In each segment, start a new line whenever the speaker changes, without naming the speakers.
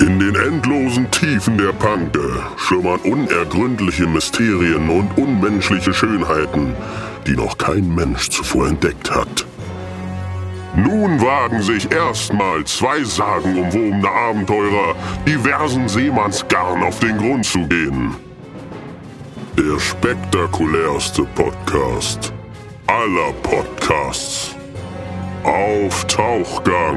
In den endlosen Tiefen der Panke schimmern unergründliche Mysterien und unmenschliche Schönheiten, die noch kein Mensch zuvor entdeckt hat. Nun wagen sich erstmals zwei sagenumwobene Abenteurer diversen Seemannsgarn auf den Grund zu gehen. Der spektakulärste Podcast aller Podcasts. Auf Tauchgang.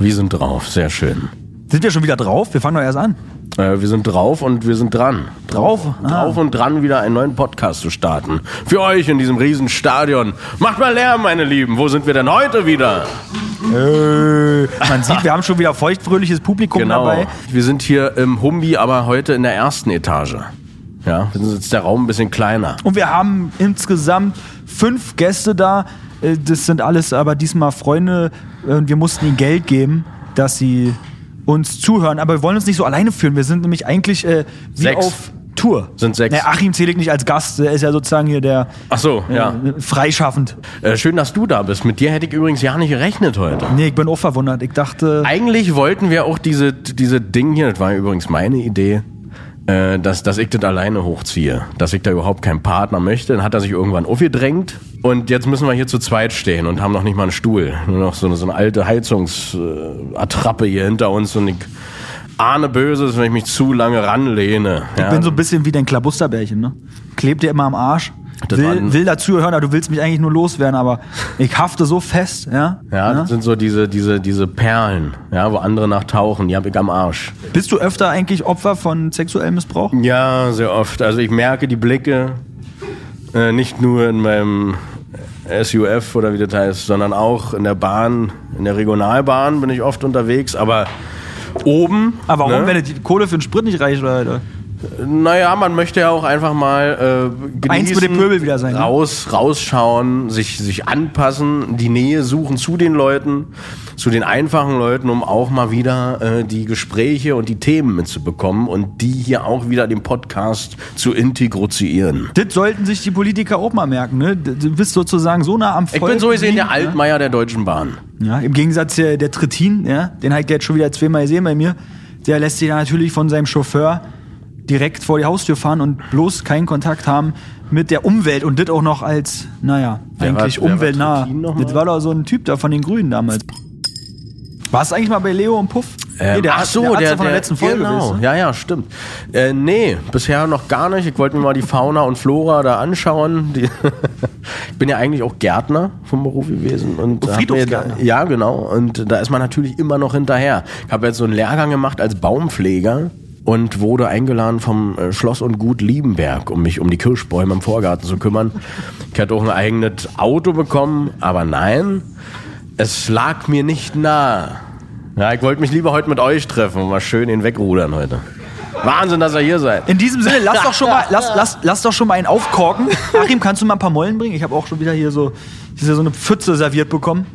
Wir sind drauf, sehr schön.
Sind wir schon wieder drauf? Wir fangen doch erst an.
Äh, wir sind drauf und wir sind dran.
Drauf? Ah.
Drauf und dran, wieder einen neuen Podcast zu starten. Für euch in diesem riesen Stadion. Macht mal Lärm, meine Lieben. Wo sind wir denn heute wieder?
Äh, man sieht, wir haben schon wieder feuchtfröhliches Publikum dabei.
Genau. Wir sind hier im Humbi, aber heute in der ersten Etage. Ja, dann ist jetzt der Raum ein bisschen kleiner.
Und wir haben insgesamt fünf Gäste da. Äh, Das sind alles aber diesmal Freunde. Äh, Wir mussten ihnen Geld geben, dass sie uns zuhören. Aber wir wollen uns nicht so alleine fühlen. Wir sind nämlich eigentlich äh, wie
Sechs.
auf Tour.
Sind sechs.
Na, Achim Zelig nicht als Gast. Er ist ja sozusagen hier der
Ach so, ja.
äh, freischaffend.
Äh, schön, dass du da bist. Mit dir hätte ich übrigens ja nicht gerechnet heute.
Nee, ich bin auch verwundert. Ich dachte,
Eigentlich wollten wir auch diese, diese Ding hier, das war übrigens meine Idee, äh, dass, dass ich das alleine hochziehe. Dass ich da überhaupt keinen Partner möchte. Dann hat er sich irgendwann aufgedrängt. Und jetzt müssen wir hier zu zweit stehen und haben noch nicht mal einen Stuhl. Nur noch so eine, so eine alte Heizungsattrappe äh, Attrappe hier hinter uns. Und ich ahne Böses, wenn ich mich zu lange ranlehne.
ich bin so ein bisschen wie dein Klabusterbärchen, ne? Klebt dir immer am Arsch.
Das war ein-
Will, will dazuhören, aber du willst mich eigentlich nur loswerden, aber ich hafte so fest, ja? Ne?
ja, das sind so diese, diese, diese Perlen, ja, wo andere nachtauchen. Die hab ich am Arsch.
Bist du öfter eigentlich Opfer von sexuellem Missbrauch?
Ja, sehr oft. Also ich merke die Blicke äh, nicht nur in meinem SUF oder wie das heißt, sondern auch in der Bahn, in der Regionalbahn bin ich oft unterwegs, aber oben.
Aber warum,
Ne?
wenn dir die Kohle für den Sprit nicht reicht, Leute?
Naja, man möchte ja auch einfach mal äh, genießen,
Eins mit dem Pöbel wieder sein, ne?
Raus, rausschauen, sich, sich anpassen, die Nähe suchen zu den Leuten, zu den einfachen Leuten, um auch mal wieder äh, die Gespräche und die Themen mitzubekommen und die hier auch wieder dem Podcast zu integruzieren.
Das sollten sich die Politiker auch mal merken, ne? D- Du bist sozusagen so nah am Volk. ne?
Ich bin so gesehen der
geblieben,
Altmaier der Deutschen Bahn.
Ja, im Gegensatz hier der Trittin, ja, den habe ich jetzt schon wieder zweimal gesehen bei mir, der lässt sich ja natürlich von seinem Chauffeur direkt vor die Haustür fahren und bloß keinen Kontakt haben mit der Umwelt und das auch noch als, naja,
Wer war-
eigentlich
wer war
umweltnah.
Trittin nochmal?
Das war doch so ein Typ da von den Grünen damals. Warst du eigentlich mal bei Leo und Puff?
Ähm,
Nee,
ach
Arzt-
so, der,
Arzt
der
von der letzten Folge.
Genau,
bist, ne?
ja, ja, stimmt. Äh, nee, bisher noch gar nicht. Ich wollte mir mal die Fauna und Flora da anschauen. Die ich bin ja eigentlich auch Gärtner vom Beruf gewesen. Und hab mir
Friedhofsgärtner.
da- Ja, genau. Und da ist man natürlich immer noch hinterher. Ich habe jetzt so einen Lehrgang gemacht als Baumpfleger. Und wurde eingeladen vom äh, Schloss und Gut Liebenberg, um mich um die Kirschbäume im Vorgarten zu kümmern. Ich hätte auch ein eigenes Auto bekommen, aber nein, es lag mir nicht nahe. Ja, ich wollte mich lieber heute mit euch treffen und mal schön ihn wegrudern heute. Wahnsinn, dass ihr hier seid.
In diesem Sinne, lass doch schon mal, lass, lass, lass doch schon mal einen aufkorken. Achim, kannst du mal ein paar Mollen bringen? Ich habe auch schon wieder hier so, hier so eine Pfütze serviert bekommen.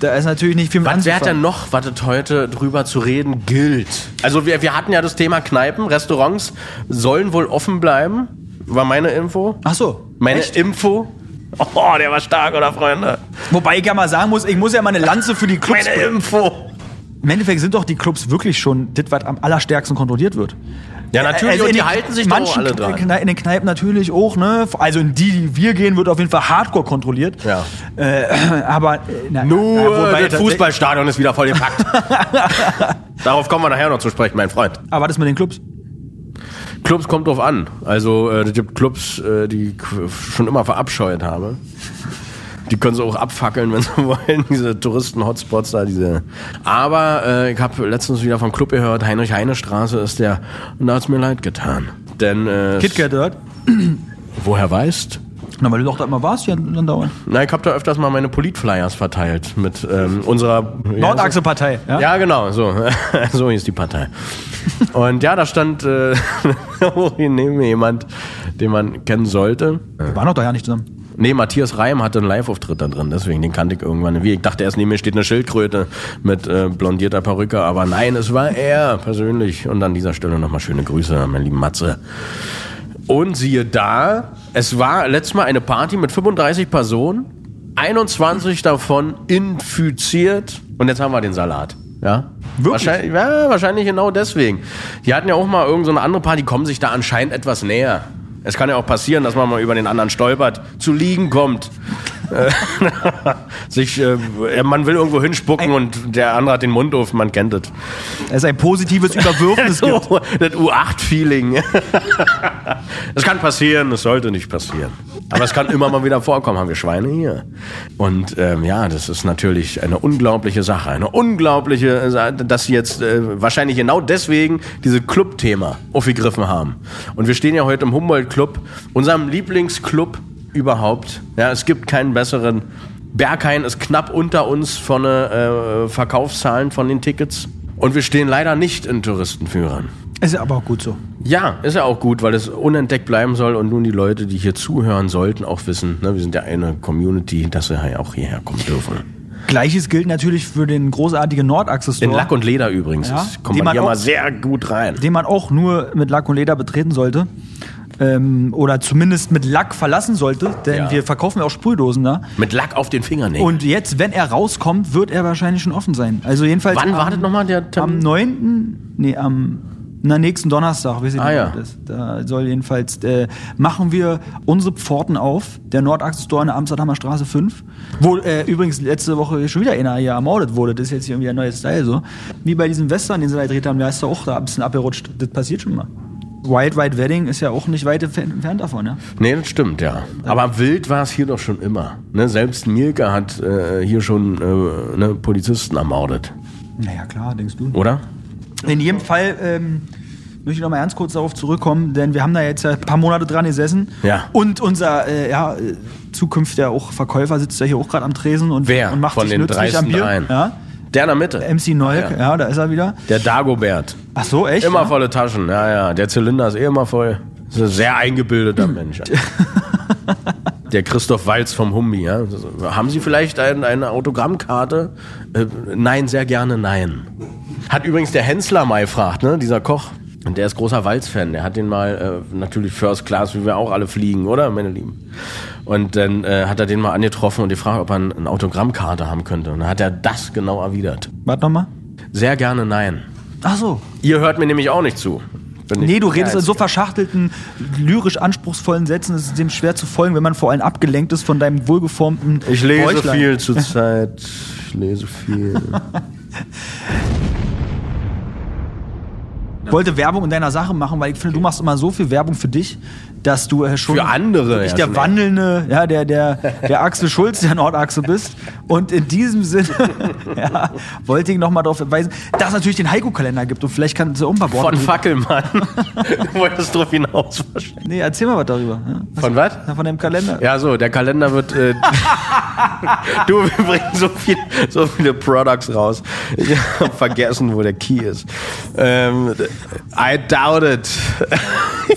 Da ist natürlich nicht viel mit
Was wäre denn
anzufangen.
noch, was es heute drüber zu reden gilt? Also wir, wir hatten ja das Thema Kneipen, Restaurants sollen wohl offen bleiben, war meine Info.
Ach so.
Meine Info. Oh, der war stark, oder Freunde?
Wobei ich ja mal sagen muss, ich muss ja mal eine Lanze für die Clubs.
Meine Info.
Im Endeffekt sind doch die Clubs wirklich schon das, was am allerstärksten kontrolliert wird.
Ja, natürlich,
Also in
und die
den-
halten sich doch auch
manchen
alle dran.
Kne- In den Kneipen natürlich auch, ne? Also in die, die wir gehen, wird auf jeden Fall hardcore kontrolliert.
Ja.
Äh, aber äh, na, na,
Nur
wobei-
das Fußballstadion ist wieder voll gepackt. Darauf kommen wir nachher noch zu sprechen, mein Freund.
Aber das mit den Clubs.
Clubs kommt drauf an. Also äh, es gibt Clubs, äh, die ich qu- schon immer verabscheut habe. Die können sie auch abfackeln, wenn sie wollen, diese Touristen-Hotspots da, diese. Aber äh, ich habe letztens wieder vom Club gehört, Heinrich-Heine-Straße ist der, und da hat's mir leid getan. Denn, äh,
KitKat, oder?
woher weißt?
Na, weil du doch da immer warst, ja, dann dauern.
Na, ich habe da öfters mal meine Politflyers verteilt mit ähm, unserer...
Nordachse-Partei, ja?
Ja, genau, so. so hieß die Partei. Und ja, da stand äh, hier neben mir jemand, den man kennen sollte.
Wir waren doch da ja nicht zusammen.
Nee, Matthias Reim hatte einen Live-Auftritt da drin, deswegen den kannte ich irgendwann. Wie ich dachte erst, neben mir steht eine Schildkröte mit äh, blondierter Perücke, aber nein, es war er persönlich. Und an dieser Stelle nochmal schöne Grüße an meinen lieben Matze. Und siehe da, es war letztes Mal eine Party mit 35 Personen, 21 davon infiziert und jetzt haben wir den Salat. Ja.
Wirklich?
Wahrscheinlich, ja, wahrscheinlich genau deswegen. Die hatten ja auch mal irgendeine so eine andere Party, die kommen sich da anscheinend etwas näher. Es kann ja auch passieren, dass man mal über den anderen stolpert, zu liegen kommt. Äh, sich, äh, man will irgendwo hinspucken und der andere hat den Mund auf, man kennt es.
Es ist ein positives Überwürfen. es gibt.
So, das U8-Feeling. Es kann passieren, es sollte nicht passieren. Aber es kann immer mal wieder vorkommen, haben wir Schweine hier. Und ähm, ja, das ist natürlich eine unglaubliche Sache. Eine unglaubliche Sache, dass sie jetzt äh, wahrscheinlich genau deswegen diese Club-Thema aufgegriffen haben. Und wir stehen ja heute im Humboldt-Club, unserem Lieblingsclub überhaupt. Ja, es gibt keinen besseren. Berghain ist knapp unter uns von äh, Verkaufszahlen von den Tickets. Und wir stehen leider nicht in Touristenführern.
Ist aber auch gut so.
Ja, ist ja auch gut, weil es unentdeckt bleiben soll und nun die Leute, die hier zuhören sollten, auch wissen, ne, wir sind ja eine Community, dass wir ja auch hierher kommen dürfen.
Gleiches gilt natürlich für den großartigen
In
Nordachse-Store,
Lack und Leder übrigens.
Ja,
Das kommt
die
man
man
hier
auch-
mal sehr gut rein.
den man auch nur mit Lack und Leder betreten sollte. Ähm, oder zumindest mit Lack verlassen sollte, denn
Ja.
wir verkaufen ja auch Sprühdosen ne? da.
Mit Lack auf den Fingernägeln.
Und jetzt, wenn er rauskommt, wird er wahrscheinlich schon offen sein. Also jedenfalls.
Wann
am-
wartet nochmal der
Am
Termin?
9. Nee, am na, nächsten Donnerstag, weiß ich
Ah,
nicht,
ja.
wann das ist. Da soll jedenfalls, äh, machen wir unsere Pforten auf, der Nordachs-Store in der Amsterdamer Straße 5, wo äh, übrigens letzte Woche schon wieder einer hier ermordet wurde. Das ist jetzt hier irgendwie ein neues Style so. Wie bei diesem Western, den sie da gedreht haben, da ist er auch da ein bisschen abgerutscht. Das passiert schon mal. Wild Wild Wedding ist ja auch nicht weit entfer- entfernt davon, ja.
Nee, das stimmt, ja. Aber wild war es hier doch schon immer. Ne? Selbst Mielke hat äh, hier schon äh, ne, Polizisten ermordet,
Naja, klar, denkst du.
oder?
In jedem Fall ähm, möchte ich noch mal ganz kurz darauf zurückkommen, denn wir haben da jetzt ja ein paar Monate dran gesessen.
Ja.
Und unser äh, ja, äh, zukünftiger auch Verkäufer sitzt ja hier auch gerade am Tresen und,
Wer
und macht
von
sich
den
nützlich am
30
Bier.
dreien?
Ja.
Der in der Mitte.
MC Nolk, ja.
Ja.
da ist er wieder.
Der Dagobert.
Ach so, echt?
Immer
ja?
volle Taschen, ja, ja. Der Zylinder ist eh immer voll. Ist ein sehr eingebildeter Mensch. Der Christoph Walz vom Humbi, ja. Haben Sie vielleicht ein, eine Autogrammkarte? Äh, nein, sehr gerne nein. Hat übrigens der Hensler mal gefragt, ne, dieser Koch. Und der ist großer Walz-Fan. Der hat den mal, äh, natürlich First Class, wie wir auch alle fliegen, oder, meine Lieben? Und dann äh, hat er den mal angetroffen und die Frage, ob er ein- eine Autogrammkarte haben könnte. Und dann hat er das genau erwidert.
Warte nochmal.
Sehr gerne nein.
Ach so.
Ihr hört mir nämlich auch nicht zu. Bin ich-
Nee, du redest
Ja,
in so verschachtelten, lyrisch anspruchsvollen Sätzen, es ist dem schwer zu folgen, wenn man vor allem abgelenkt ist von deinem wohlgeformten
Ich lese
Bäuchlein.
viel zur Zeit. Ich lese viel.
wollte Werbung in deiner Sache machen, weil ich finde, du machst immer so viel Werbung für dich, dass du äh, schon
Für andere,
wirklich
ja,
der
schon.
wandelnde, ja, der, der, der Axel Schulz der Nordachse bist. Und in diesem Sinne ja, wollte ich nochmal darauf hinweisen, dass es natürlich den Heiko-Kalender gibt und vielleicht kannst du auch ein paar
Von
Worte.
Fackelmann. Du wolltest drauf hinaus wahrscheinlich.
Nee, erzähl mal was darüber. Ja,
Von was?
Na, von deinem Kalender.
Ja, so, der Kalender wird. Äh, du, wir bringen so, viel, so viele Products raus. Ich habe vergessen, wo der Key ist. Ähm, I doubt it.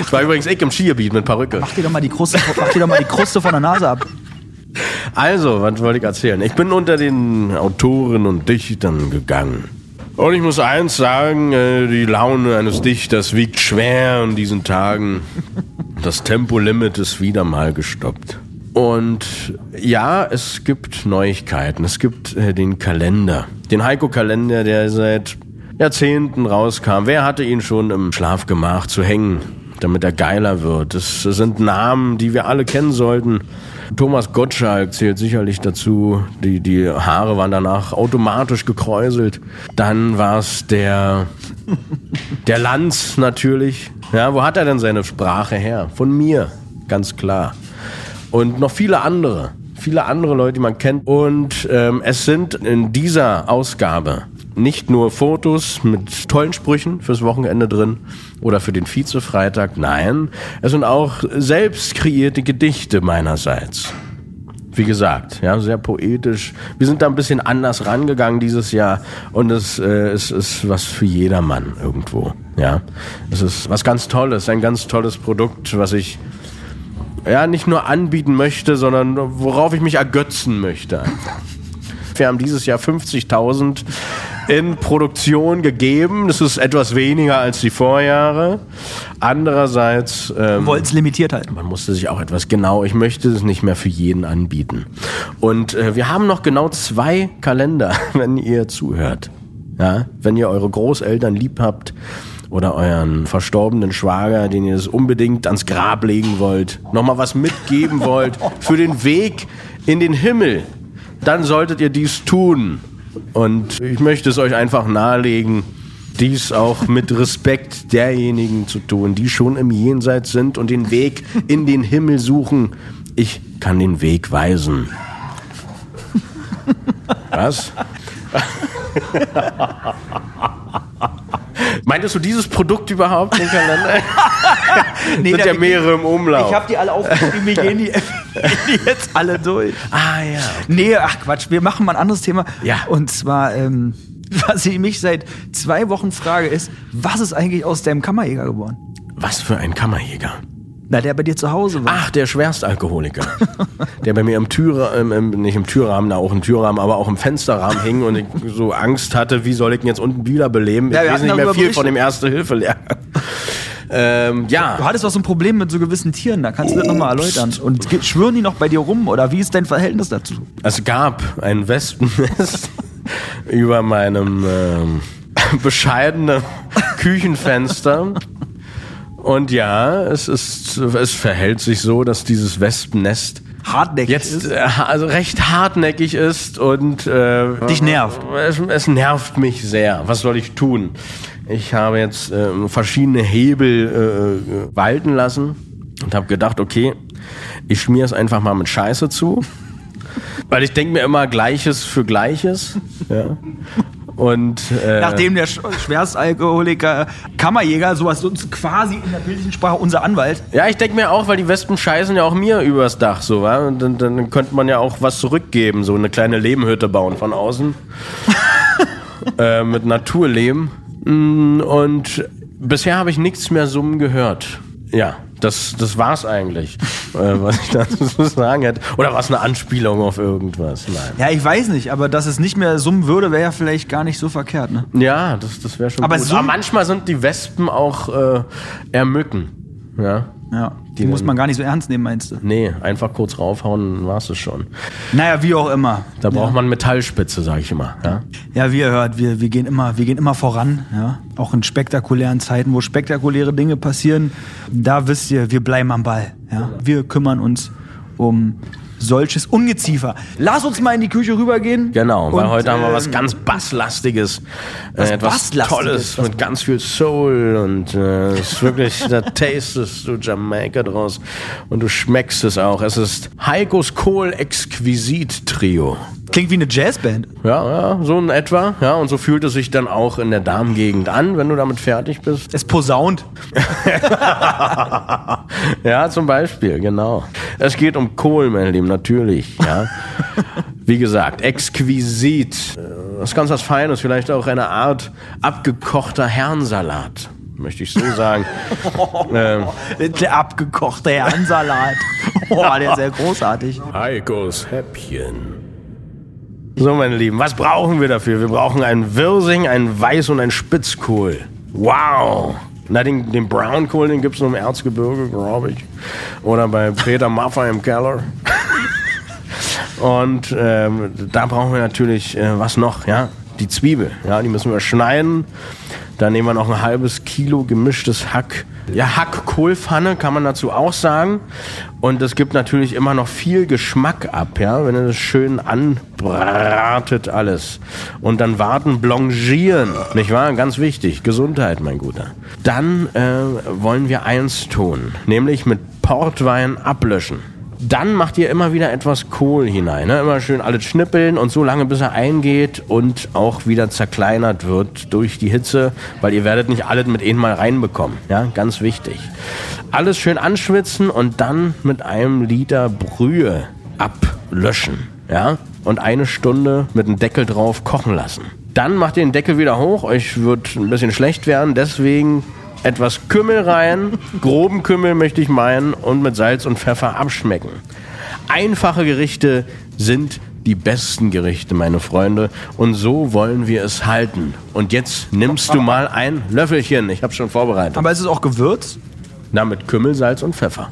Das war übrigens ich im Skigebiet mit Perücke.
Mach dir doch mal die Kruste, mach dir doch mal die Kruste von der Nase ab.
Also, was wollte ich erzählen? Ich bin unter den Autoren und Dichtern gegangen. Und ich muss eins sagen, äh, die Laune eines Dichters wiegt schwer in diesen Tagen. Das Tempolimit ist wieder mal gestoppt. Und ja, es gibt Neuigkeiten. Es gibt äh, den Kalender. Den Heiko-Kalender, der seit Jahrzehnten rauskam. Wer hatte ihn schon im Schlafgemach zu hängen, damit er geiler wird? Es sind Namen, die wir alle kennen sollten. Thomas Gottschalk zählt sicherlich dazu. Die, die Haare waren danach automatisch gekräuselt. Dann war es der der Lanz natürlich. Ja, wo hat er denn seine Sprache her? Von mir, ganz klar. Und noch viele andere. Viele andere Leute, die man kennt. Und ähm, es sind in dieser Ausgabe nicht nur Fotos mit tollen Sprüchen fürs Wochenende drin oder für den Vize-Freitag. Nein, es sind auch selbst kreierte Gedichte meinerseits wie gesagt, ja, sehr poetisch. Wir sind da ein bisschen anders rangegangen dieses Jahr und es, äh, es ist was für jedermann irgendwo, ja. Es ist was ganz Tolles, ein ganz tolles Produkt, was ich ja nicht nur anbieten möchte, sondern worauf ich mich ergötzen möchte. Wir haben dieses Jahr 50.000 in Produktion gegeben. Das ist etwas weniger als die Vorjahre. Andererseits ähm,
Wollten es limitiert halten.
man musste sich auch etwas genau, ich möchte es nicht mehr für jeden anbieten. Und äh, wir haben noch genau zwei Kalender, wenn ihr zuhört. Ja, wenn ihr eure Großeltern lieb habt oder euren verstorbenen Schwager, den ihr es unbedingt ans Grab legen wollt, nochmal was mitgeben wollt für den Weg in den Himmel, dann solltet ihr dies tun. Und ich möchte es euch einfach nahelegen, dies auch mit Respekt derjenigen zu tun, die schon im Jenseits sind und den Weg in den Himmel suchen. Ich kann den Weg weisen. Was? Meintest du dieses Produkt überhaupt, den Kalender?
Nee,
Sind ja mehrere im Umlauf.
Ich habe die alle aufgeschrieben, wir gehen die, gehen die jetzt alle durch.
ah ja.
Nee, ach Quatsch, wir machen mal ein anderes Thema.
Ja.
Und zwar, ähm, was ich mich seit zwei Wochen frage, ist, was ist eigentlich aus deinem Kammerjäger geworden?
Was für ein Kammerjäger.
Na, der bei dir zu Hause war.
Ach, der Schwerstalkoholiker. der bei mir im Türrahmen, ähm, im- nicht im Türrahmen, na, auch im Türrahmen, aber auch im Fensterrahmen hing und ich so Angst hatte, wie soll ich ihn jetzt unten wiederbeleben? Ich
Ja, wir
weiß
hatten
nicht mehr
darüber
viel von
berichtet.
dem Erste-Hilfe-Lehrgang. ähm,
Du
ja.
hattest auch so ein Problem mit so gewissen Tieren, da kannst du das nochmal erläutern. Und ge- schwören die noch bei dir rum oder wie ist dein Verhältnis dazu?
Es gab ein Wespennest über meinem ähm, bescheidenen Küchenfenster. Und ja, es ist, es verhält sich so, dass dieses Wespennest
Hartnäckig
jetzt
ist.
äh, ha- also recht hartnäckig ist und äh,
Dich nervt.
Es, es nervt mich sehr. Was soll ich tun? Ich habe jetzt ähm, verschiedene Hebel äh, äh, walten lassen und habe gedacht, okay, ich schmier es einfach mal mit Scheiße zu, weil ich denke mir immer Gleiches für Gleiches. Ja. Und äh,
Nachdem der Sch Schwerstalkoholiker Kammerjäger, sowas uns quasi in der bildlichen Sprache unser Anwalt,
Ja, ich denke mir auch, weil die Wespen scheißen ja auch mir übers Dach, so, wa? Und dann, dann könnte man ja auch was zurückgeben, so eine kleine Lehmhütte bauen von außen. äh, mit Naturlehm. Mm, Und bisher habe ich nichts mehr summen gehört. Ja, das, das war's eigentlich, äh, was ich dazu zu sagen hätte. Oder war es eine Anspielung auf irgendwas? Nein.
ja, ich weiß nicht, aber dass es nicht mehr summen würde, wäre ja vielleicht gar nicht so verkehrt, ne?
Ja, das, das wäre schon
Aber
gut.
so-
Aber manchmal sind die Wespen auch äh, eher Mücken. Ja.
Ja, die muss man gar nicht so ernst nehmen, meinst du?
Nee, einfach kurz raufhauen, dann war's es schon.
Naja, wie auch immer.
Da braucht man Metallspitze, sage ich immer. Ja?
Ja, wie ihr hört, wir, wir, gehen immer, wir gehen immer voran. Ja? Auch in spektakulären Zeiten, wo spektakuläre Dinge passieren, da wisst ihr, wir bleiben am Ball. Ja? Wir kümmern uns um solches Ungeziefer. Lass uns mal in die Küche rübergehen.
Genau, weil
Und,
heute haben wir was
ähm,
ganz Basslastiges, äh, etwas
Basslastiges,
Tolles mit ganz viel Soul und äh, es ist wirklich, da tastest du Jamaica draus und du schmeckst es auch. Es ist Heikos Kohl Exquisit Trio.
Klingt wie eine Jazzband.
Ja, ja, so in etwa. Ja, und so fühlt es sich dann auch in der Darmgegend an, wenn du damit fertig bist.
Es posaunt.
Ja, zum Beispiel, genau. Es geht um Kohl, mein Lieben, natürlich. Ja. Wie gesagt, exquisit. Äh, Was ganz was Feines, vielleicht auch eine Art abgekochter Herrensalat, möchte ich so sagen. Ähm.
Der abgekochte Herrensalat. Oh, der ist sehr großartig.
Heikos Häppchen. So, meine Lieben, was brauchen wir dafür? Wir brauchen einen Wirsing, einen Weiß und einen Spitzkohl. Wow! Na, den, den Brownkohl, den gibt's nur im Erzgebirge, glaube ich. Oder bei Peter Maffay im Keller. Und ähm, da brauchen wir natürlich, äh, was noch, ja? Die Zwiebel, ja, die müssen wir schneiden. Da nehmen wir noch ein halbes Kilo gemischtes Hack. Ja, Hackkohlpfanne kann man dazu auch sagen. Und es gibt natürlich immer noch viel Geschmack ab, ja, wenn ihr das schön anbratet alles. Und dann warten, blanchieren, nicht wahr? Ganz wichtig, Gesundheit, mein Guter. Dann äh, wollen wir eins tun, nämlich mit Portwein ablöschen dann macht ihr immer wieder etwas Kohl hinein. Ne? Immer schön alles schnippeln und so lange, bis er eingeht und auch wieder zerkleinert wird durch die Hitze, weil ihr werdet nicht alles mit einmal reinbekommen. Ja, ganz wichtig. Alles schön anschwitzen und dann mit einem Liter Brühe ablöschen. Ja, und eine Stunde mit dem Deckel drauf kochen lassen. Dann macht ihr den Deckel wieder hoch. Euch wird ein bisschen schlecht werden, deswegen etwas Kümmel rein, groben Kümmel möchte ich meinen, und mit Salz und Pfeffer abschmecken. Einfache Gerichte sind die besten Gerichte, meine Freunde. Und so wollen wir es halten. Und jetzt nimmst du mal ein Löffelchen. Ich habe schon vorbereitet.
Aber ist es auch gewürzt?
Na, mit Kümmel, Salz und Pfeffer.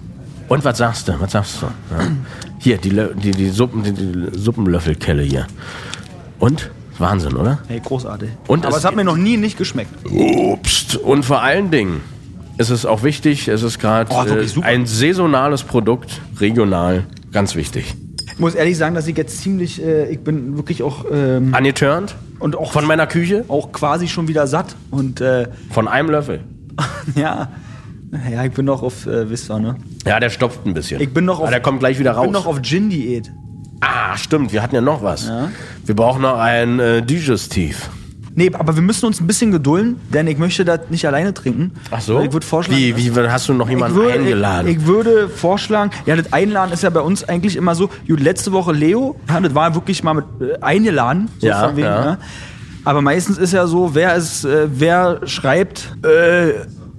Und was sagst du? Was sagst du? Ja. Hier, die, Lö- die, die, Suppen, die, die Suppenlöffelkelle hier. Und? Wahnsinn, oder?
Hey, großartig.
Und
Aber
es-
es hat mir noch nie nicht geschmeckt.
Oh.
Obst. Und vor allen Dingen ist es auch wichtig, es ist gerade
Oh, wirklich
äh,
super.
ein saisonales Produkt, regional, ganz wichtig.
Ich muss ehrlich sagen, dass ich jetzt ziemlich, äh, ich bin wirklich auch, ähm,
Angetörnt
und auch,
von meiner Küche,
auch quasi schon wieder satt. Und äh,
von einem Löffel.
ja, ja, ich bin noch auf, äh, wisst ihr, ne?
Ja, der stopft ein bisschen.
Ich bin noch auf,
Aber Ah, der kommt gleich wieder
Ich bin
raus.
noch auf Gin-Diät.
ah, stimmt, wir hatten ja noch was.
Ja.
Wir brauchen noch ein äh, Digestiv.
Nee, aber wir müssen uns ein bisschen gedulden, denn ich möchte das nicht alleine trinken. Ich würde vorschlagen.
Wie, wie hast du noch
ich,
jemanden
würde,
eingeladen?
Ich, ich würde vorschlagen, ja, das Einladen ist ja bei uns eigentlich immer so. Gut, letzte Woche Leo, ja, das war wirklich mal mit äh, eingeladen. So ne?
Ja, ja.
Aber meistens ist ja so, wer ist, äh, wer schreibt, äh,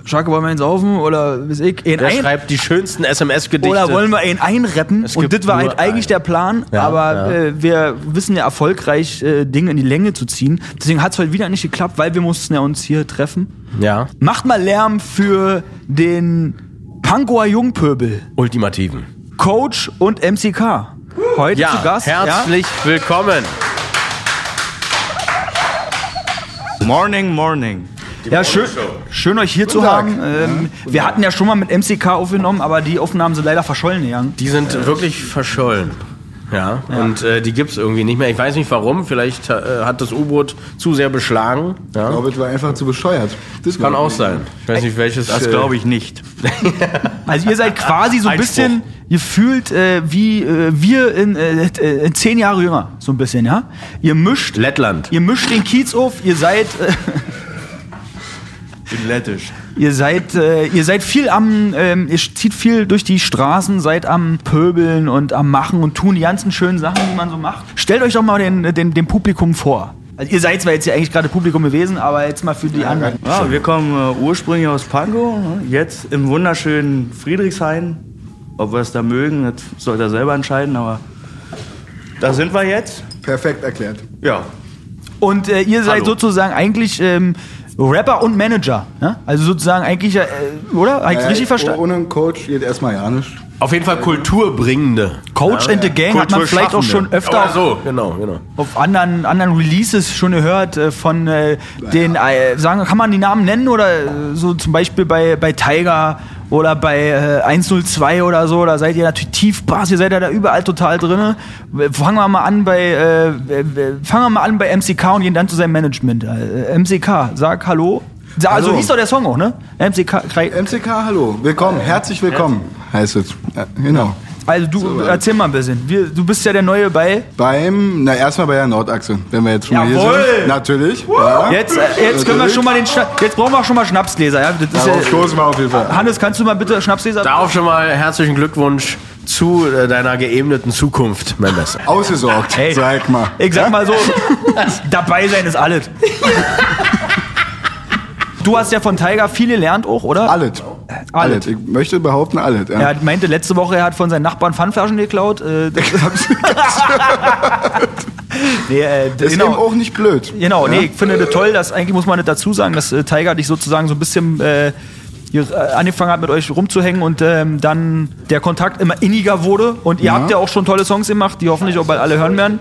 Scharke, wollen wir ihn saufen oder weiß ich, ihn
Wer
ein,
schreibt die schönsten SMS-Gedichte?
oder wollen wir ihn einreppen?
Es
Und
gibt
das war
nur
halt eigentlich
einen.
der Plan,
Ja,
aber
ja.
Äh, wir wissen ja erfolgreich, äh, Dinge in die Länge zu ziehen. Deswegen hat es heute wieder nicht geklappt, weil wir mussten ja uns hier treffen.
Ja,
Macht mal Lärm für den Pankower Jungpöbel.
Ultimativen.
Coach und MCK. Heute
Ja,
zu Gast.
herzlich willkommen.
Morning, morning.
ja, ja schön, schön euch hier zu haben. Ähm, wir hatten ja schon mal mit MCK aufgenommen, aber die Aufnahmen sind leider verschollen gegangen.
Die sind wirklich verschollen. Ja, und äh, die gibt's irgendwie nicht mehr. Ich weiß nicht warum. Vielleicht äh, hat das U-Boot zu sehr beschlagen. Ja?
Norbert war einfach zu bescheuert. Das
Kann auch sein. Ich weiß nicht, welches. äh,
Das glaube ich nicht.
Also ihr seid quasi so ein
Einspruch.
bisschen gefühlt äh, wie äh, wir in, äh, äh, in zehn Jahre jünger. So ein bisschen, ja? Ihr mischt,
Lettland.
ihr mischt den Kiez auf, ihr seid, äh,
In Lettisch.
ihr seid, äh, ihr seid viel am, ähm, ihr zieht viel durch die Straßen, seid am Pöbeln und am Machen und tun die ganzen schönen Sachen, die man so macht. Stellt euch doch mal den, den, dem Publikum vor. Also ihr seid zwar jetzt ja eigentlich gerade Publikum gewesen, aber jetzt mal für die anderen.
Ja, wir kommen äh, ursprünglich aus Pankow, ne? jetzt im wunderschönen Friedrichshain. Ob wir es da mögen, das sollt ihr selber entscheiden, aber da sind wir jetzt.
Perfekt erklärt.
Ja.
Und äh, ihr seid
Hallo.
sozusagen eigentlich ähm, Rapper und Manager. Ne? Also sozusagen eigentlich, äh, oder? Habe ich
Äh,
richtig verstanden?
Ohne einen Coach geht erstmal ja nicht.
Auf jeden Fall Kulturbringende.
Coach and the Gang hat man vielleicht auch schon öfter
Oder so. Genau, genau.
auf anderen, anderen Releases schon gehört äh, von äh, den, äh, sagen, kann man die Namen nennen oder äh, so zum Beispiel bei, bei Tiger oder bei äh, 102 oder so, da seid ihr natürlich Tiefbass, ihr seid ja da überall total drin. Äh, Fangen wir mal an bei, äh, äh, fangen wir mal an bei MCK und gehen dann zu seinem Management. Äh, MCK, sag Hallo. Sa- Also
Hallo.
hieß doch der Song auch, ne? MCK, Krei-
MCK, hallo.
Äh,
Willkommen. Herzlich willkommen. Heißt es. Ja, genau.
also du, erzähl mal ein bisschen. Wir, du bist ja der Neue bei
Beim, na, erstmal bei der Nordachse, wenn wir jetzt schon mal
Jawohl.
hier sind. Natürlich. Ja.
Jetzt, äh, jetzt können wir schon mal den Schna Jetzt brauchen wir schon mal Schnapsgläser. Ja? Das ist
Darauf
ja,
stoßen wir auf jeden Fall.
Hannes, kannst du mal bitte Schnapsgläser?
Darauf schon mal herzlichen Glückwunsch zu äh, deiner geebneten Zukunft, mein Bester.
Ausgesorgt,
Hey.
sag mal.
Ich sag mal so, dabei sein ist alles. Du hast ja von Tiger viel gelernt auch, oder?
Alles. Alles. Ich möchte behaupten, alles. Ja.
Er hat- meinte letzte Woche, er hat von seinen Nachbarn Pfandflaschen geklaut. Äh, das- nee, äh,
Ist eben
genau.
auch nicht blöd.
Genau, nee, ich finde das toll, dass eigentlich muss man das dazu sagen, dass äh, Tiger dich sozusagen so ein bisschen äh, hier, äh, angefangen hat, mit euch rumzuhängen und ähm, dann der Kontakt immer inniger wurde. Und ihr habt ja auch schon tolle Songs gemacht, die hoffentlich auch bald alle hören werden.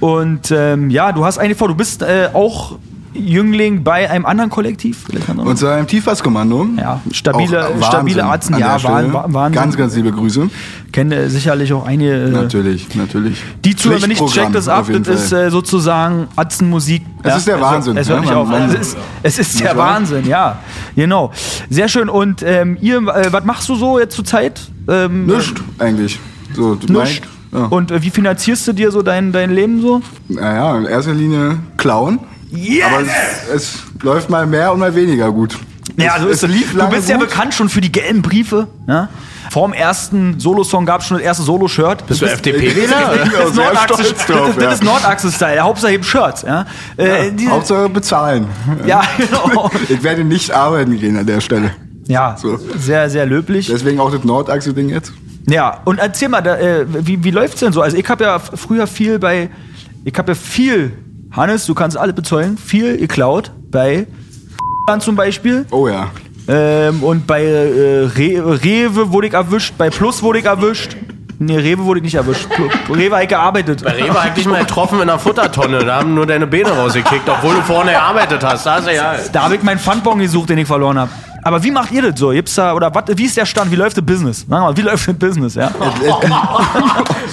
Und ähm, ja, du hast eigentlich vor, du bist äh, auch Jüngling bei einem anderen Kollektiv. Vielleicht kann man-
Und zu einem Tiefwasserkommando.
Ja, stabile-
Auch, äh,
stabile Arzen,
Wahnsinn an
ja,
der Stelle.
Wahn- Wah- Wahnsinn.
Ganz, ganz liebe Grüße.
Kenne äh, sicherlich auch einige. Äh,
Natürlich, natürlich.
Die Zuhörer, wenn ich check
Pflichtprogramm,
das ab,
auf jeden
das ist
Fall.
äh, sozusagen Atzenmusik. also,
Es ist der Wahnsinn,
Es hört
ne?
nicht
Man-
auf. Also
man-
Es ist, es ist der
Nicht wahr?
Wahnsinn, ja. Genau. Sehr schön. Und ähm, ihr, äh, was machst du so jetzt zur Zeit? Ähm,
Nischt, eigentlich. So, du
Nischt.
mein- Ja.
Und äh, wie finanzierst du dir so dein, dein Leben so?
Naja, in erster Linie klauen. Aber es, es läuft mal mehr und mal weniger gut.
Ja,
Es-
so
es
ist es.
lief
Du
lange
bist ja
gut.
bekannt schon für die gelben Briefe. Ja? Vorm ersten Solo-Song gab es schon das erste Solo-Shirt. Äh,
Bist du FDP-Wähler?
Ich bin
Das
auch
ist
sehr
Nordachse-
stolz drauf,
das- das
ja.
ist Nordachse-Style. Hauptsache eben Shirts. Ja, äh, die-
Hauptsache bezahlen.
ja genau.
Ich werde nicht arbeiten gehen an der Stelle.
Ja,
So.
sehr, sehr löblich.
Deswegen auch das Nordachse-Ding jetzt.
Ja, und erzähl mal, da, äh, wie, wie läuft's denn so? Also ich habe ja f- früher viel bei, ich habe ja viel, Hannes, du kannst alle bezeugen, viel geklaut bei zum Beispiel.
Oh ja.
Ähm, und bei äh, Re Rewe wurde ich erwischt, bei Plus wurde ich erwischt. Nee, Rewe wurde ich nicht erwischt. Pl- Rewe hat gearbeitet.
Bei Rewe hat dich mal getroffen in einer Futtertonne. Da haben nur deine Beine rausgekickt, obwohl du vorne gearbeitet hast. Das ist ja.
Da habe ich meinen Pfandbon gesucht, den ich verloren habe. Aber wie macht ihr das so? Gibt's da, oder wat, wie ist der Stand? Wie läuft das Business? Sag mal, wie läuft das Business, ja?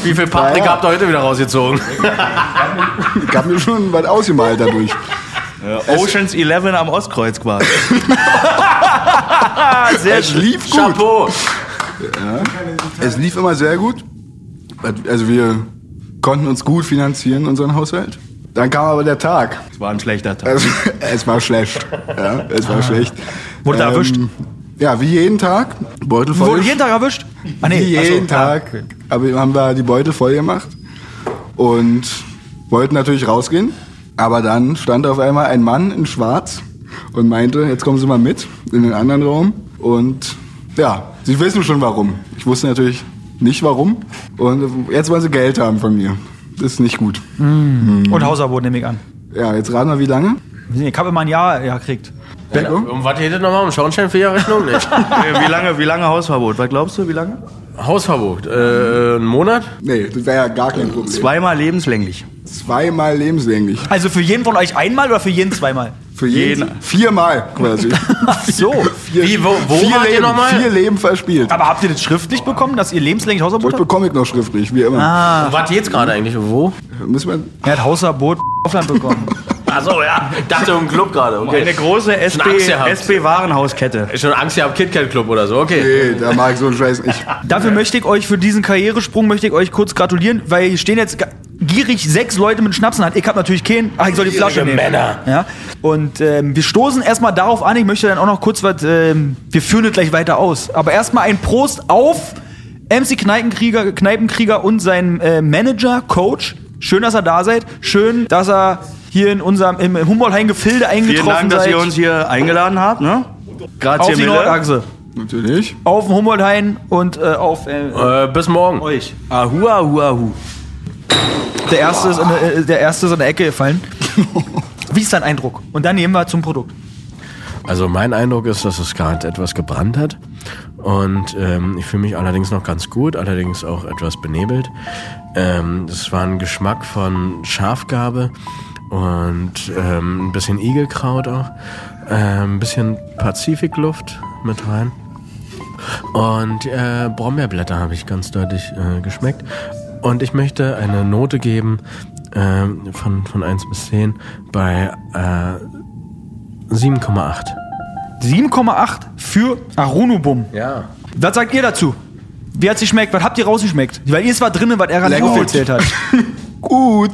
Wie viel Paprika
Ja, ja.
habt ihr heute wieder rausgezogen?
Ich hab mir schon was ausgemalt dadurch.
Oceans 11 am Ostkreuz quasi.
Sehr
Es lief gut.
Chapeau.
Es lief immer sehr gut. Also wir konnten uns gut finanzieren, unseren Haushalt. Dann kam aber der Tag.
Das war ein schlechter Tag.
Also, es war schlecht. Ja, es war schlecht.
Ah.
Ähm,
Wurde da erwischt?
Ja, wie jeden Tag. Beutel voll.
Wurde jeden Tag erwischt? Ah, nee,
Wie
ach so,
jeden
ja.
Tag aber haben wir die Beutel voll gemacht und wollten natürlich rausgehen. Aber dann stand auf einmal ein Mann in Schwarz und meinte, jetzt kommen Sie mal mit in den anderen Raum. Und ja, Sie wissen schon warum. Ich wusste natürlich nicht warum. Und jetzt wollen Sie Geld haben von mir. Das ist nicht gut.
Und Hausverbot nehme ich an.
Ja, jetzt raten wir, wie lange?
Ich habe immer ein Jahr ja, gekriegt.
Benno?
Um was geht es nochmal? Um Schornsteinfegerrechnung? Nicht.
Äh, Wie lange, wie lange Hausverbot? Was glaubst du, wie lange?
Hausverbot. Äh, einen Monat?
Nee, das wäre ja gar kein Problem.
Zweimal lebenslänglich.
Zweimal lebenslänglich.
Also für jeden von euch einmal oder für jeden zweimal?
Für jeden.
Jeden.
Viermal quasi.
Ach so.
Vier,
Wie, wo- wo
vier
wart ihr
Leben,
noch mal?
Vier Leben verspielt.
Aber habt ihr das schriftlich bekommen, dass ihr lebenslänglich Hausverbot
Das
habt?
bekomme ich noch schriftlich, wie immer.
Ah.
Um was geht's gerade eigentlich? Um Wo?
Müssen wir
Er hat Hausverbot Aufland bekommen.
Achso, ja. Ich dachte um einen Club gerade.
Eine
Okay.
große
Schon Angst
SB,
gehabt.
SB-Warenhauskette.
Schon Angst gehabt, KitKat Club oder so. Okay.
Nee, da mag ich so einen Scheiß nicht.
Dafür
Äh.
möchte ich euch für diesen Karrieresprung möchte ich euch kurz gratulieren, weil hier stehen jetzt ga- gierig sechs Leute mit Schnaps in der Hand. Ich habe natürlich keinen. Ach, ich soll die Flasche nehmen.
Männer.
Ja. Und ähm, wir stoßen erstmal darauf an. Ich möchte dann auch noch kurz was. Ähm, wir führen das gleich weiter aus. Aber erstmal ein Prost auf MC Kneipenkrieger, Kneipenkrieger und seinem äh, Manager, Coach. Schön, dass ihr da seid. Schön, dass ihr hier in unserem im Humboldt-Hain-Gefilde
Vielen
eingetroffen
Dank, dass
seid.
ihr uns hier eingeladen habt. Ne?
auf
Grazie
die
mille.
Nordachse,
Natürlich.
auf den Humboldt-Hain und äh, auf äh,
Äh, bis morgen.
euch.
Ahu, ahu, ahu.
Der erste, ist in der, äh, der erste ist in der Ecke gefallen. Wie ist dein Eindruck? Und dann nehmen wir zum Produkt.
Also mein Eindruck ist, dass es gerade etwas gebrannt hat. Und ähm, ich fühle mich allerdings noch ganz gut, allerdings auch etwas benebelt. Ähm, es war ein Geschmack von Schafgarbe und ähm, ein bisschen Igelkraut auch. Ähm, ein bisschen Pazifikluft mit rein. Und äh, Brombeerblätter habe ich ganz deutlich äh, geschmeckt. Und ich möchte eine Note geben ähm, von, von 1 bis 10 bei äh, 7,8.
7,8 für Arunubum.
Ja.
Was sagt ihr dazu? Wie hat's geschmeckt? Was habt ihr rausgeschmeckt? Weil ihr war drinnen, was er gerade
Lecker.
aufgezählt hat.
Gut.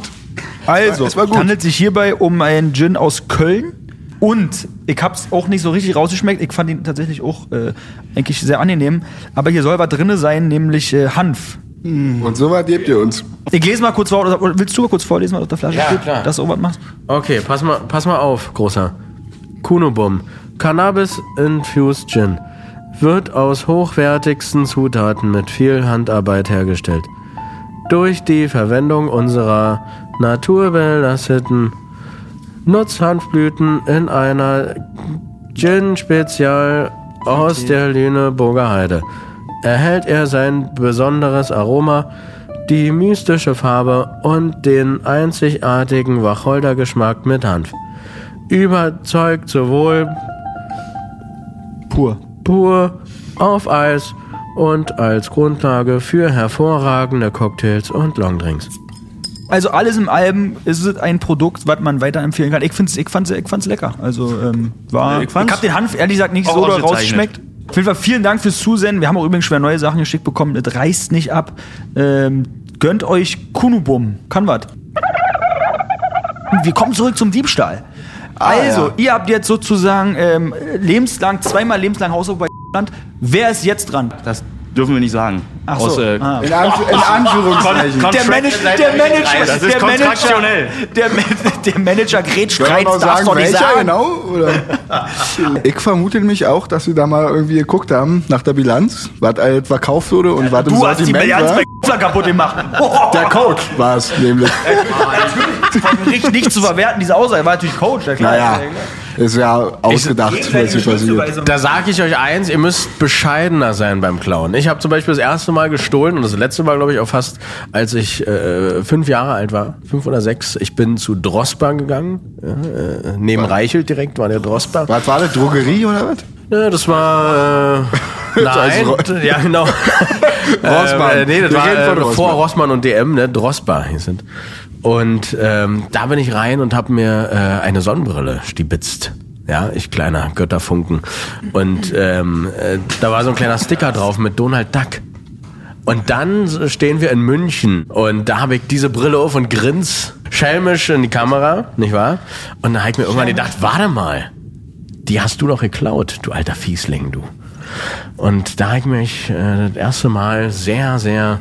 Also,
Es war gut.
handelt sich hierbei um einen Gin aus Köln. Und ich hab's auch nicht so richtig rausgeschmeckt. Ich fand ihn tatsächlich auch äh, eigentlich sehr angenehm. Aber hier soll was drinne sein, nämlich äh, Hanf.
Und so was gebt ihr uns.
Ich lese mal kurz vor. oder- oder Willst du mal kurz vorlesen, was auf der Flasche
Ja,
steht?
klar.
Dass du irgendwas machst?
Okay, pass mal, pass mal auf, großer. Kunobum. Cannabis Infused Gin. Wird aus hochwertigsten Zutaten mit viel Handarbeit hergestellt. Durch die Verwendung unserer naturbelasteten Nutzhanfblüten in einer Gin-Spezial aus der Lüneburger Heide erhält er sein besonderes Aroma, die mystische Farbe und den einzigartigen Wacholdergeschmack mit Hanf. Überzeugt sowohl
Pur.
pur auf Eis und als Grundlage für hervorragende Cocktails und Longdrinks.
Also alles im Alben ist es ein Produkt, was man weiterempfehlen kann. Ich find's, ich fand's, ich fand's lecker. Also ähm, war.
Ja,
Ich,
ich fand's
hab den Hanf ehrlich gesagt nicht
auch
so doll
ausgezeichnet.
rausgeschmeckt. Auf jeden Fall vielen Dank fürs Zusenden. Wir haben auch übrigens schwer neue Sachen geschickt bekommen. Das reißt nicht ab. Ähm, gönnt euch Kunubum. Kann was. Wir kommen zurück zum Diebstahl.
Ah,
also,
ja.
ihr habt jetzt sozusagen ähm, lebenslang, zweimal lebenslang Hausarbeit. Wer ist jetzt dran?
Das Dürfen wir nicht sagen.
Ach so.
Aus, äh,
Ah.
In, Anf in Anführungszeichen.
Kon- kon-
Der, Manage, der, Manager,
Das ist
der, Manager,
kontraktionell.
der, Man- der Manager grätscht
Können wir
rein,
noch
das darfst du doch nicht
welcher
sagen.
genau? Oder? Ich vermute nämlich auch, dass wir da mal irgendwie geguckt haben nach der Bilanz, was alt verkauft wurde und was im
Du hast die
Sortiment
Bilanz
war.
bei Kufler kaputt gemacht. Oh.
Der Coach war es nämlich.
Nicht, nicht zu verwerten, diese Aussage. War natürlich Coach, der Kleine.
Naja, ist ja ausgedacht, was hier passiert.
Da sage ich euch eins, ihr müsst bescheidener sein beim Klauen. Ich habe zum Beispiel das erste Mal gestohlen und das letzte Mal, glaube ich, auch fast, als ich äh, fünf Jahre alt war, fünf oder sechs. Ich bin zu Drosbar gegangen, ja, äh, neben Reichelt direkt war der Drosbar.
Was war das? Drogerie oder was?
Ja, das war. Äh, nein,
also Ro-
ja, genau.
Rossmann.
Äh, nee, das
Wir
war
reden
äh,
von Rossmann.
vor Rossmann und DM, ne? Drossbar hieß es. Und ähm, da bin ich rein und habe mir äh, eine Sonnenbrille stibitzt. Ja, ich kleiner Götterfunken. Und ähm, äh, da war so ein kleiner Sticker drauf mit Donald Duck. Und dann stehen wir in München und da habe ich diese Brille auf und grins schelmisch in die Kamera, nicht wahr? Und dann habe ich mir irgendwann gedacht, warte mal, die hast du doch geklaut, du alter Fiesling, du. Und da habe ich mich äh, das erste Mal sehr, sehr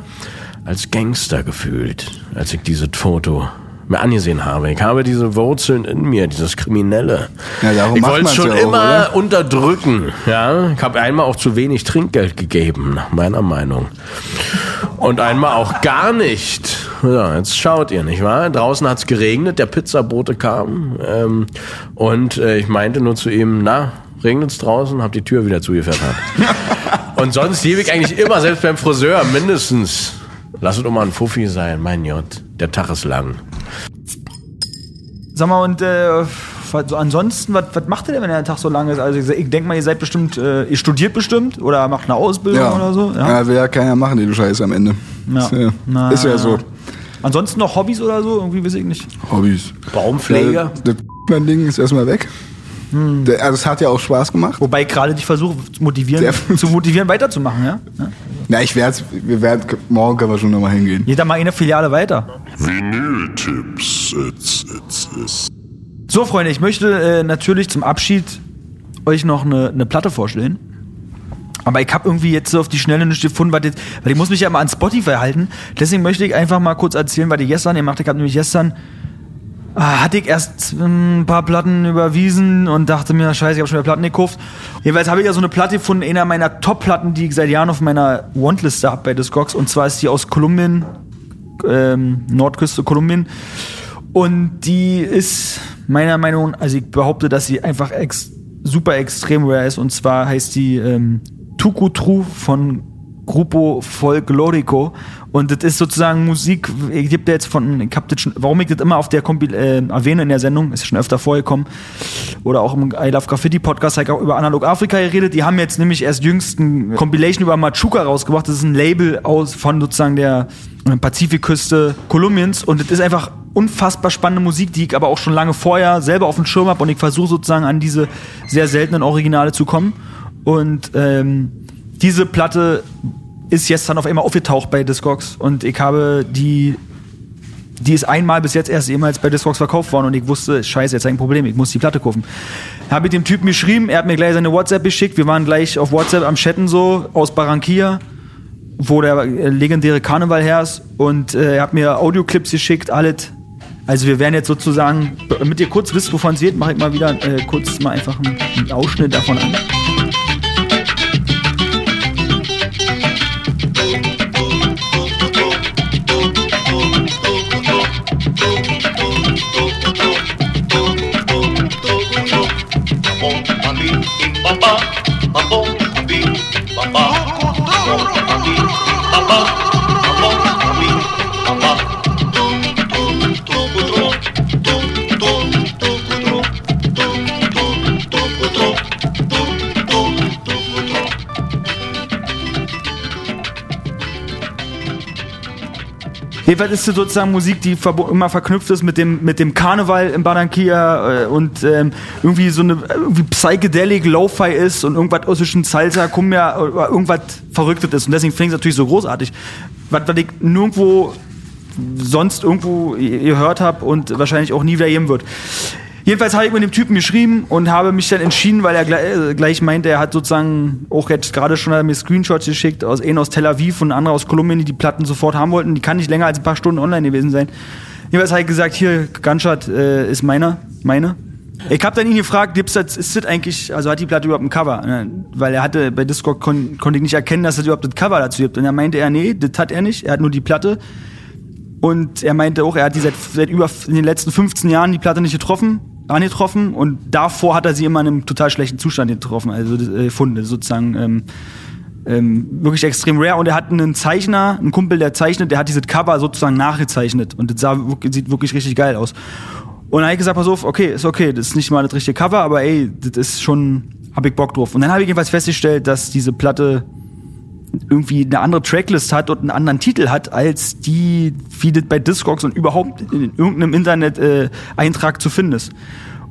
als Gangster gefühlt, als ich dieses Foto mir angesehen habe. Ich habe diese Wurzeln in mir, dieses Kriminelle.
Ja, darum
ich
macht
wollte es
man's
schon
ja
immer
auch, oder?
unterdrücken. Ja, ich habe einmal auch zu wenig Trinkgeld gegeben, nach meiner Meinung. Und einmal auch gar nicht. Ja, jetzt schaut ihr, nicht wahr? Draußen hat's geregnet, der Pizzabote kam. Ähm, und äh, ich meinte nur zu ihm, na, regnet's draußen? Hab die Tür wieder zugepfeffert. und sonst gebe ich eigentlich immer, selbst beim Friseur, mindestens. Lass es doch mal ein Fuffi sein, mein Gott. Der Tag ist lang.
Sag mal, und äh, was- so ansonsten, was, was macht ihr denn, wenn der Tag so lang ist? Also ich, ich denke mal, ihr seid bestimmt, äh, ihr studiert bestimmt oder macht eine Ausbildung
Ja.
oder so.
ja, will ja keiner machen, den Scheiß am Ende.
Ja.
Ist ja,
Na,
ist ja so.
Ansonsten noch Hobbys oder so? Irgendwie weiß ich nicht.
Hobbys.
Baumpfleger.
Ja, das mein Ding ist erstmal weg. Der, also es hat ja auch Spaß gemacht.
Wobei ich gerade dich versuche zu motivieren,
Sehr-
zu motivieren, weiterzumachen, ja? ja?
Na, ich werd's, wir werden, morgen können wir schon nochmal hingehen.
Jeder mal eine Filiale weiter.
Vinyltipps. It's, it's, it's.
So, Freunde, ich möchte äh, natürlich zum Abschied euch noch eine, eine Platte vorstellen. Aber ich habe irgendwie jetzt so auf die Schnelle nicht gefunden, was jetzt, weil ich muss mich ja mal an Spotify halten. Deswegen möchte ich einfach mal kurz erzählen, was ich gestern gemacht habe. Ich habe nämlich gestern Ah, hatte ich erst ähm, ein paar Platten überwiesen und dachte mir, scheiße, ich habe schon wieder Platten gekauft. Jedenfalls habe ich ja so eine Platte gefunden, einer meiner Top-Platten, die ich seit Jahren auf meiner Wantliste habe bei Discogs. Und zwar ist die aus Kolumbien, ähm, Nordküste Kolumbien. Und die ist meiner Meinung nach, also ich behaupte, dass sie einfach ex super extrem rare ist. Und zwar heißt die ähm, Tukutru von Grupo Folklorico. Und das ist sozusagen Musik, ich gebe da jetzt von, ich hab das schon, warum ich das immer auf der Kompil äh, erwähne in der Sendung, ist schon öfter vorgekommen. Oder auch im I Love Graffiti Podcast habe ich auch über Analog Afrika geredet. Die haben jetzt nämlich erst jüngsten Compilation über Machuca rausgebracht. Das ist ein Label aus, von sozusagen der äh, Pazifikküste Kolumbiens. Und das ist einfach unfassbar spannende Musik, die ich aber auch schon lange vorher selber auf dem Schirm habe. Und ich versuche sozusagen an diese sehr seltenen Originale zu kommen. Und ähm, diese Platte ist jetzt dann auf einmal aufgetaucht bei Discogs. Und ich habe die die ist einmal bis jetzt erst jemals bei Discogs verkauft worden und ich wusste, scheiße, jetzt habe ich ein Problem, ich muss die Platte kaufen. Habe ich dem Typen geschrieben, er hat mir gleich seine WhatsApp geschickt, wir waren gleich auf WhatsApp am Chatten so, aus Barranquilla, wo der äh, legendäre Karneval her ist und äh, er hat mir Audioclips geschickt, alles. Also wir werden jetzt sozusagen, damit ihr kurz wisst, wovon es geht, mache ich mal wieder äh, kurz mal einfach einen, einen Ausschnitt davon an. Jedenfalls ist es sozusagen Musik, die verbo- immer verknüpft ist mit dem, mit dem Karneval in Barranquilla äh, und ähm, irgendwie so eine äh, irgendwie psychedelic Lo-Fi ist und irgendwas aus zwischen Salsa, Cumbia oder irgendwas Verrücktes ist. Und deswegen finde ich es natürlich so großartig. Was, was ich nirgendwo sonst irgendwo gehört habe und wahrscheinlich auch nie wieder geben wird. Jedenfalls habe ich mit dem Typen geschrieben und habe mich dann entschieden, weil er gleich, äh, gleich meinte, er hat sozusagen auch jetzt gerade schon hat er mir Screenshots geschickt, aus einen aus Tel Aviv und andere aus Kolumbien, die die Platten sofort haben wollten. Die kann nicht länger als ein paar Stunden online gewesen sein. Jedenfalls habe ich gesagt, hier, Gunshot äh, ist meiner, meine. Ich habe dann ihn gefragt, gibt's das, ist das eigentlich, also hat die Platte überhaupt ein Cover? Ne? Weil er hatte, bei Discord kon, konnte ich nicht erkennen, dass es überhaupt das Cover dazu gibt. Und dann meinte er, nee, das hat er nicht, er hat nur die Platte. Und er meinte auch, er hat die seit, seit über in den letzten 15 Jahren die Platte nicht getroffen, angetroffen und davor hat er sie immer in einem total schlechten Zustand getroffen, also äh, gefunden sozusagen. Ähm, ähm, wirklich extrem rare und er hat einen Zeichner, einen Kumpel, der zeichnet, der hat dieses Cover sozusagen nachgezeichnet und das sah, wirk- sieht wirklich richtig geil aus. Und dann habe ich gesagt, pass auf, okay, ist okay, das ist nicht mal das richtige Cover, aber ey, das ist schon, hab ich Bock drauf. Und dann habe ich jedenfalls festgestellt, dass diese Platte irgendwie eine andere Tracklist hat und einen anderen Titel hat, als die, wie das bei Discogs und überhaupt in irgendeinem Internet-Eintrag zu finden ist.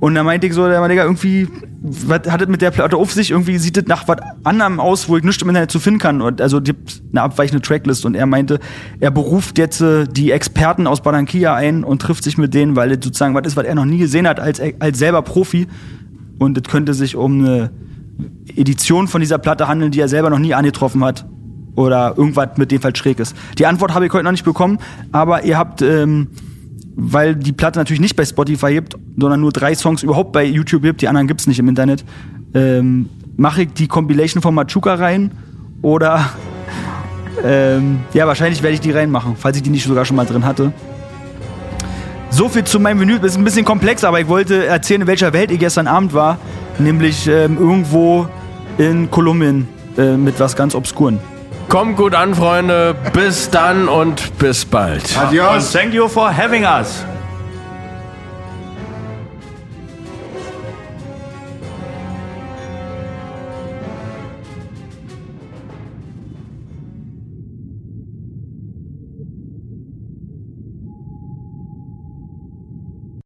Und da meinte ich so, der Digga, irgendwie, was hat das mit der Platte auf sich? Irgendwie sieht das nach was anderem aus, wo ich nichts im Internet zu finden kann. Und also gibt eine abweichende Tracklist. Und er meinte, er beruft jetzt äh, die Experten aus Barranquilla ein und trifft sich mit denen, weil das sozusagen was ist, was er noch nie gesehen hat als, als selber Profi. Und es könnte sich um eine Edition von dieser Platte handeln, die er selber noch nie angetroffen hat. Oder irgendwas mit dem Fall schräg ist. Die Antwort habe ich heute noch nicht bekommen, aber ihr habt, ähm, weil die Platte natürlich nicht bei Spotify gibt, sondern nur drei Songs überhaupt bei YouTube gibt, die anderen gibt's nicht im Internet, ähm, mache ich die Compilation von Machuca rein oder ähm, ja, wahrscheinlich werde ich die reinmachen, falls ich die nicht sogar schon mal drin hatte. So viel zu meinem Menü. Das ist ein bisschen komplex, aber ich wollte erzählen, in welcher Welt ich gestern Abend war. Nämlich ähm, irgendwo in Kolumbien äh, mit was ganz Obskuren.
Kommt gut an, Freunde. Bis dann und bis bald.
Adios.
And thank you for having us.